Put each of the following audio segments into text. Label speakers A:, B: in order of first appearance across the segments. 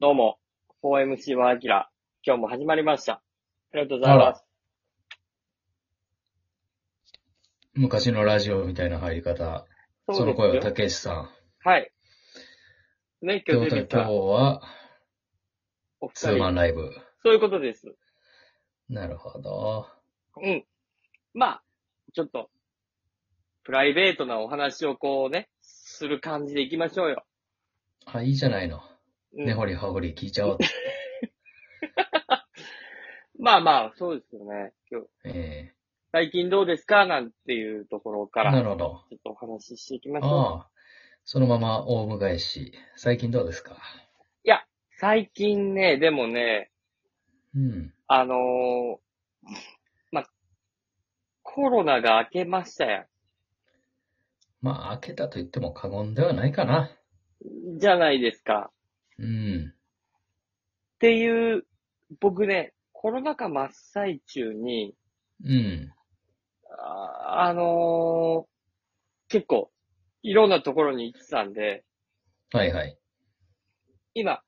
A: どうも、4MC はアキラ。今日も始まりました。ありがとうございます。
B: 昔のラジオみたいな入り方。そ
A: そう
B: の
A: です
B: 声は
A: よ
B: たけしさん。
A: はい。ね、
B: とい
A: 今
B: うことで
A: 日出てき
B: 今
A: た
B: 日は
A: お二
B: ツーマン
A: 人。
B: ライブ。
A: そういうことです。
B: なるほど。
A: うん。まあ、ちょっと、プライベートなお話をこうね、する感じでいきましょうよ。
B: あ、いいじゃないの。
A: うん
B: 根掘り葉掘り聞いちゃ おうって。
A: まあまあ、そうですよね。今日、
B: え
A: 最近どうですかなんていうところか
B: え
A: ら、
B: な
A: ち
B: るほど。
A: ょっとお話ししていきましょう。
B: ああ。そのまま大迎えし、最近どうですか
A: 最近ね、でもね、
B: うん。
A: あのー、ま、コロナが明けましたや
B: まあ、開けたと言っても過言ではないかな。
A: ん。じゃないですか。
B: うん。
A: っていう、僕ね、コロナ禍真っ最中に、
B: うん。
A: あ、あのー結構、いろんなところに行ってたんで、
B: はいはい。
A: 今、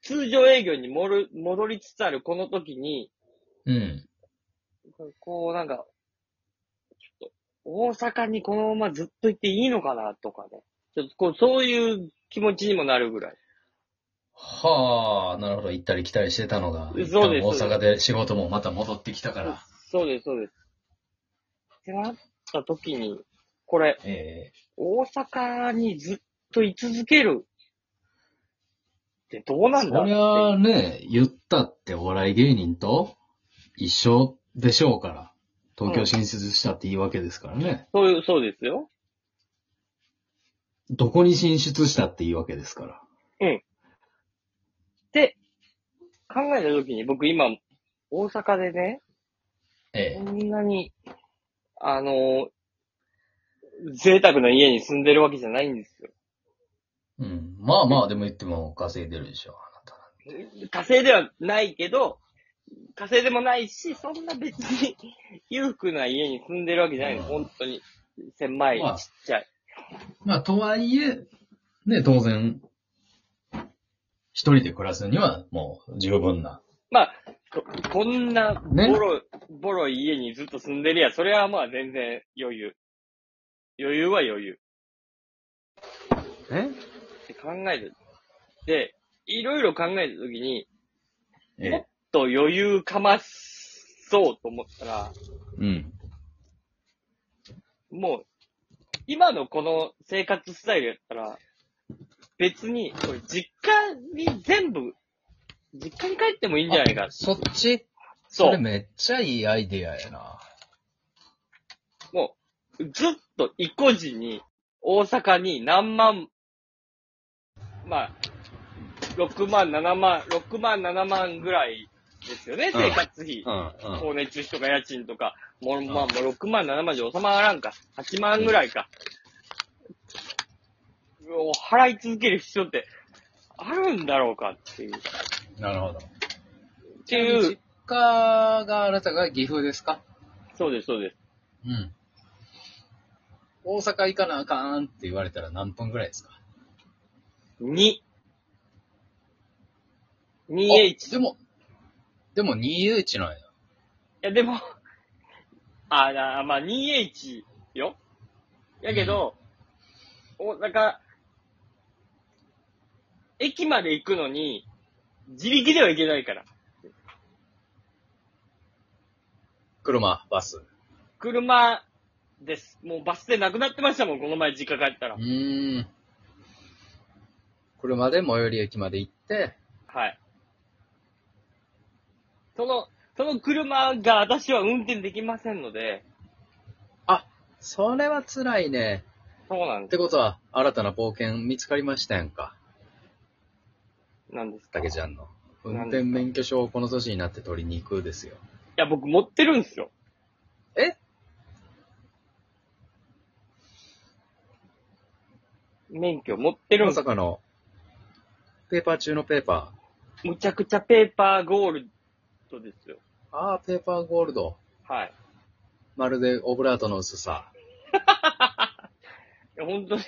A: 通常営業に戻る戻りつつあるこの時に、
B: うん。
A: こうなんか、ちょっと、大阪にこのままずっと行っていいのかなとかね。ちょっとこう、そういう気持ちにもなるぐらい。
B: はあ、なるほど。行ったり来たりしてたのが、
A: そうです
B: 一旦大阪で仕事もまた戻ってきたから。
A: そうです、そうです。ってなった時に、これ、
B: ええ
A: 大阪にずっと居続けるってどうなんだ
B: そりゃあね、言ったってお笑い芸人と一緒でしょうから。東京進出したっていいわけですからね。
A: そういう、そうですよ。
B: どこに進出したっていいわけですから。
A: で、考えた時に僕今、大阪でね、
B: え
A: こんなに、あの、贅沢な家に住んでるわけじゃないんですよ。
B: え。うん。まあまあ、でも言っても稼いでるでしょ、あなた。
A: 稼いではないけど、稼いでもないし、そんな別に 裕福な家に住んでるわけじゃないの、
B: うん
A: 本当に。狭い、ち
B: まあ
A: っちゃい。
B: まあ、とはいえ、ね、当然、一人で暮らすにはもう十分な。
A: まあ、ここんなボ
B: ね
A: ロ、ボロい家にずっと住んでりゃ、それはまあ全然余裕。余裕は余裕
B: え
A: って考える。で、いろいろ考えたときに、
B: え
A: もっと余裕かまそうと思ったら、
B: うん。
A: もう、今のこの生活スタイルやったら、別に、これ実家に全部、実家に帰ってもいいんじゃないか。
B: そっち
A: そ
B: れ
A: う。
B: めっちゃいいアイデアやな。
A: もう、ずっと意固地に、大阪に何万、まあ、6万、7万、6万、7万ぐらいですよね、
B: うん
A: 生活費。
B: うん
A: 光熱費とか家賃とか、もう、まあ、もう6万、7万じゃ収まらんか。8万ぐらいか。を払い続ける必要って、あるんだろうかっていう。っ
B: うん。なるほど。
A: ていう
C: 実、家があなたが岐阜ですか
A: そうです、そうです。
B: うん。
C: 大阪行かなあかんって言われたら何分ぐらいですか
A: 2。
C: あ
A: 2H。
C: でも、でも 2H なんや。
A: いや、でも、 あら、まあ、2H よ。やけど、お、なんか、駅まで行くのに、自力では行けないから。
C: 車、バス。
A: 車です。もうバスでなくなってましたもん、この前実家帰ったら
C: う。ーん。車で最寄り駅まで行って、
A: はい。その、その車が私は運転できませんので、
C: それは辛いね。
A: そうなん
C: っ
A: で
C: てことは、新たな冒険見つかりましたやんか。
A: す。なんですか
C: たけ
A: い
C: ちゃんの。運
A: 何ですか
C: 転免許証をこの年になって取りに行くですよ。
A: や、僕持ってるんですよ。
C: え
A: 免許持ってるん
C: ま
A: です
C: さかの、ペーパー中のペーパ
A: むちゃくちゃペーパーゴールドですよ。
C: ー。ああ、ペーパーゴールド。
A: はい。
C: まるでオブラートの薄さ。
A: いや、本当に。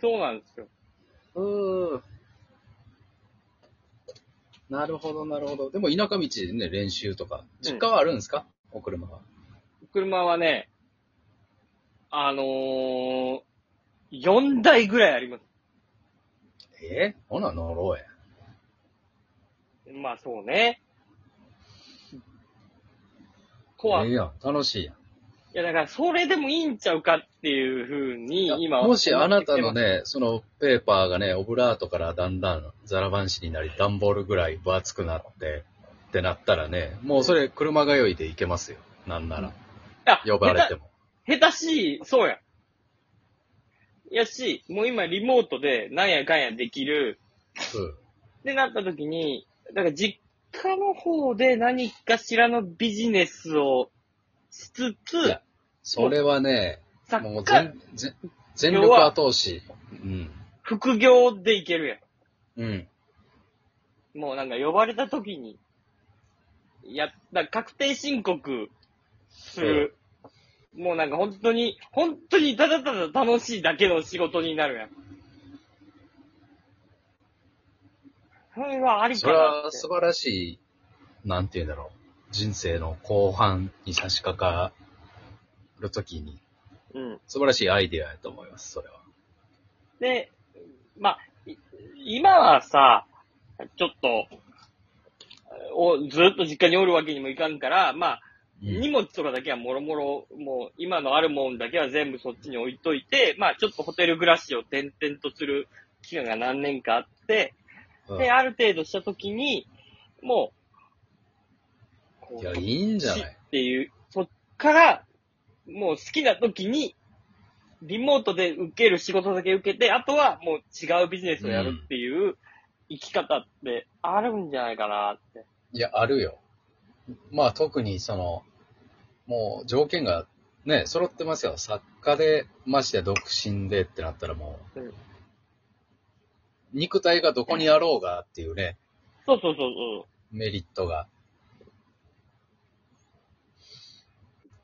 A: そうなんですよ。
C: うー。なるほど、なるほど。でも田舎道でね、練習とか。実家はあるんですか、お車は。
A: 車はね、あのー、4台ぐらいあります。
C: えー、ほな、乗ろうや。
A: まあそうね。怖
C: ええ
A: い。い
C: やん、楽しいやん。
A: やだからそれでもいいんちゃうかっていうふうに、今は
C: もしあなたの。ね、そのペーパーがね、オブラートからだんだんザラバン紙になり、段ボールぐらい分厚くなって、ってなったらね、もうそれ車通いで行けますよ。なんなら。
A: あ、
C: 呼ばれても。
A: 下手。下手しい、そうや。やし、もう今リモートでなんやかんやできる。ってなった時に、だから実家の方で何かしらのビジネスをしつ
C: い
A: つ
C: や、それはね、
A: サ
C: も
A: ッ
C: う
A: カー
C: 全全全力後押し。うん。
A: 副業でいけるやん。
C: うん。
A: もうなんか呼ばれた時に、やった、確定申告する。もうなんか本当に、本当にただただ楽しいだけの仕事になるやん。それはあり
C: そ
A: か
C: れ
A: なっ
C: は
A: て
C: 素晴らしい、なんて言うんだろう。人生の後半に差し掛かるときに、
A: うん。
C: 素晴らしいアイデアやと思います、それは。
A: で、まあ、い今はさ、ちょっと、おずっと実家におるわけにもいかんから、まあ、
C: うん
A: 荷物とかだけはもろもろ、もう今のあるもんだけは全部そっちに置いといて、まあちょっとホテル暮らしを転々とする期間が何年かあって、
C: うん
A: で、ある程度した時に、もう、こ
C: いや、いいんじゃない
A: っていう、そっから、もう好きな時に、リモートで受ける仕事だけ受けて、あとはもう違うビジネスをやるっていう生き方ってあるんじゃないかなって。
C: いや、あるよ。まあ、特にその、もう条件がね、揃ってますよ。作家で、ましてや独身でってなったらもう、
A: うん
C: 肉体がどこにあろうがっていうね、
A: そうそうそうそう。
C: メリットが。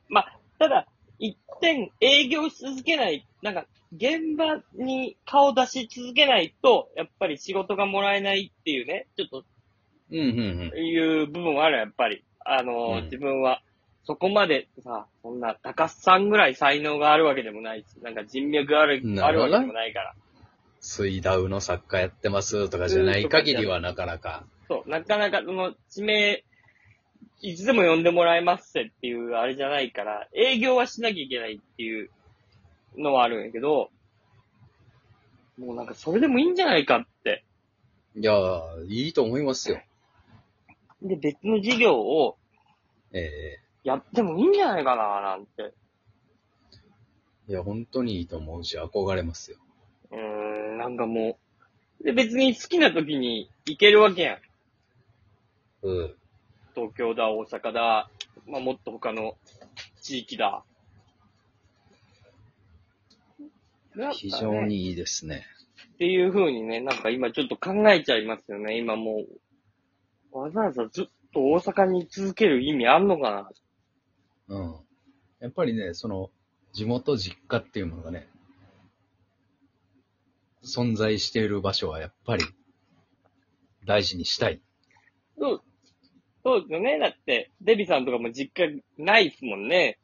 A: まあ、ただ、一点営業し続けない、なんか、現場に顔出し続けないと、やっぱり仕事がもらえないっていうね、ちょっ
C: うんうんうん
A: と、。いう部分はある、やっぱり。あのー、
C: うん
A: 自分は、そこまでさ、そんな、高須さんぐらい才能があるわけでもないし、なんか人脈がある、
C: な
A: あ
C: る
A: る
C: ほ
A: わ
C: どね
A: けでもないから。
C: 水ダウの作家やってますとかじゃない限りはなかなか。
A: そう、なかなか、その、地名、いつでも呼んでもらえますせっていう、あれじゃないから、営業はしなきゃいけないっていうのはあるんやけど、もうなんかそれでもいいんじゃないかって。
C: いやー、いいと思いますよ。
A: で、別の事業を
C: え
A: やってもいいんじゃないかな、なんて。
C: えいや、本当にいいと思うし、憧れますよ。
A: うーん、なんかもう。で、別に好きな時に行けるわけやん。
C: うん。
A: 東京だ、大阪だ、まあ、もっと他の地域だ。
C: 非常にいいですね。
A: っていう風にね、なんか今ちょっと考えちゃいますよね。今もう、わざわざずっと大阪に居続ける意味あんのかな
C: うん。やっぱりね、その、地元実家っていうものがね、存在している場所はやっぱり、大事にしたい。
A: そう、そうですよね。だって、デビさんとかも実家ないっすもんね。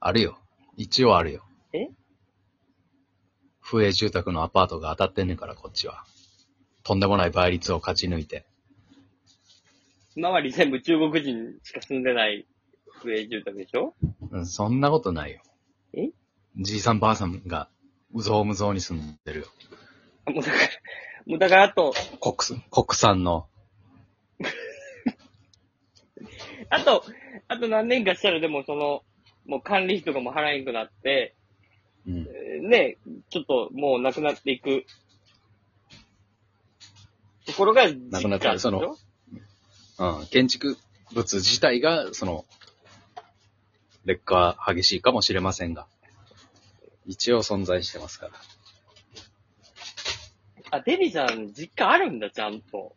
C: あるよ。一応あるよ。
A: え
C: 不営住宅のアパートが当たってんねんから、こっちは。とんでもない倍率を勝ち抜いて。
A: 周り全部中国人しか住んでない不営住宅でしょ
C: うん、そんなことないよ。
A: え
C: じいさんばあさんが、うぞうむぞうに住んでるよ。
A: あ もうだから、もうだからあと、
C: 国す、国産の。
A: あと、あと何年かしたらでもその、もう管理費とかも払えんくなって、
C: うん。
A: えーね、ちょっともうなくなっていく。ところが実家
C: なくなったらその
A: でしょ
C: うん、建築物自体が、その、劣化激しいかもしれませんが、一応存在してますから。
A: あ、デビさん、実家あるんだ、ちゃんと。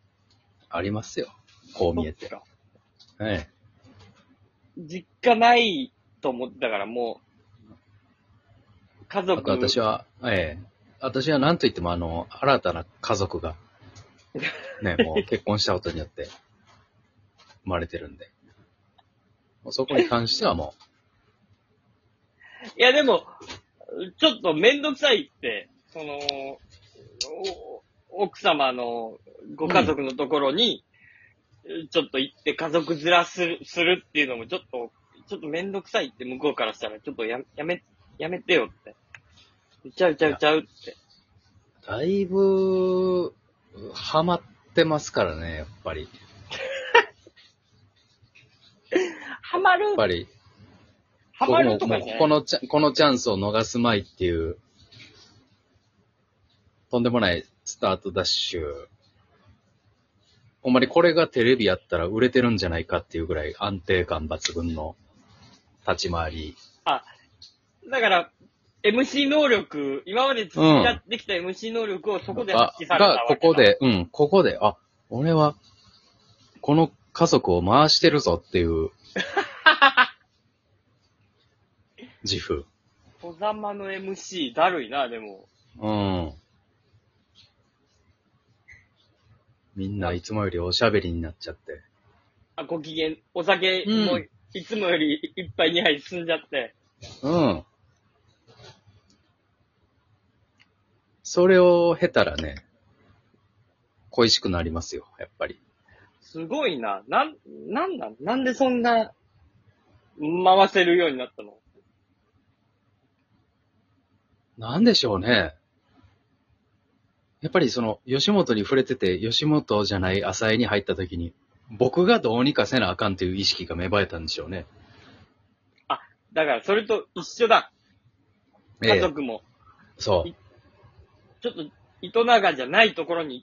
C: ありますよ。こう見えて。
A: そっか
C: ええ。
A: 実家ないと思ってたから、もう、家
C: あ
A: 族。
C: と私は、ええ。私は何と言っても、あの、新たな家族が、ね、もう結婚したことによって生まれてるんで。もうそこに関してはも
A: いや、でも、ちょっとめんどくさいって、その、お奥様のご家族のところに、ちょっと行って家族ずらするするっていうのも、ちょっと、ちょっとめんどくさいって向こうからしたら、ちょっとややめ、やめてよって。ちゃうちゃうちゃうって。
C: う、だいぶ、ハマってますからね、やっぱり。
A: ハマる
C: やっ、ぱり、
A: ハマるとかじ
C: 僕
A: ゃ
C: ももうこ
A: ない。
C: のチャ、このチャンスを逃すまいっていう、とんでもないスタートダッシュ。ほんまにこれがテレビやったら売れてるんじゃないかっていうぐらい安定感抜群の立ち回り。
A: だから、MC 能力、今まで培ってきた MC 能力をそこで
C: あ
A: 発揮されたわ
C: が、
A: け
C: こ
A: だ
C: こ。で、うん、ここで、あ、俺は、この家族を回してるぞっ ていう、自負。
A: 小ざまの MC、だるいな、でも。
C: うん。みんないつもよりおしゃべりになっちゃって。
A: あ、ご機嫌、お酒
C: うん
A: もいつもより一杯二杯進んじゃって。
C: うん。それを経たらね、恋しくなりますよ、やっぱり。
A: すごいな。なん、なんなんなんでそんな、回せるようになったの
C: なんでしょうね。やっぱりその、吉本に触れてて、吉本じゃない浅井に入った時に、僕がどうにかせなあかんという意識が芽生えたんでしょうね。
A: だから、それと一緒だ。
C: え
A: 家
C: え、
A: 族も。
C: そう。
A: ちょっと、糸長じゃないところに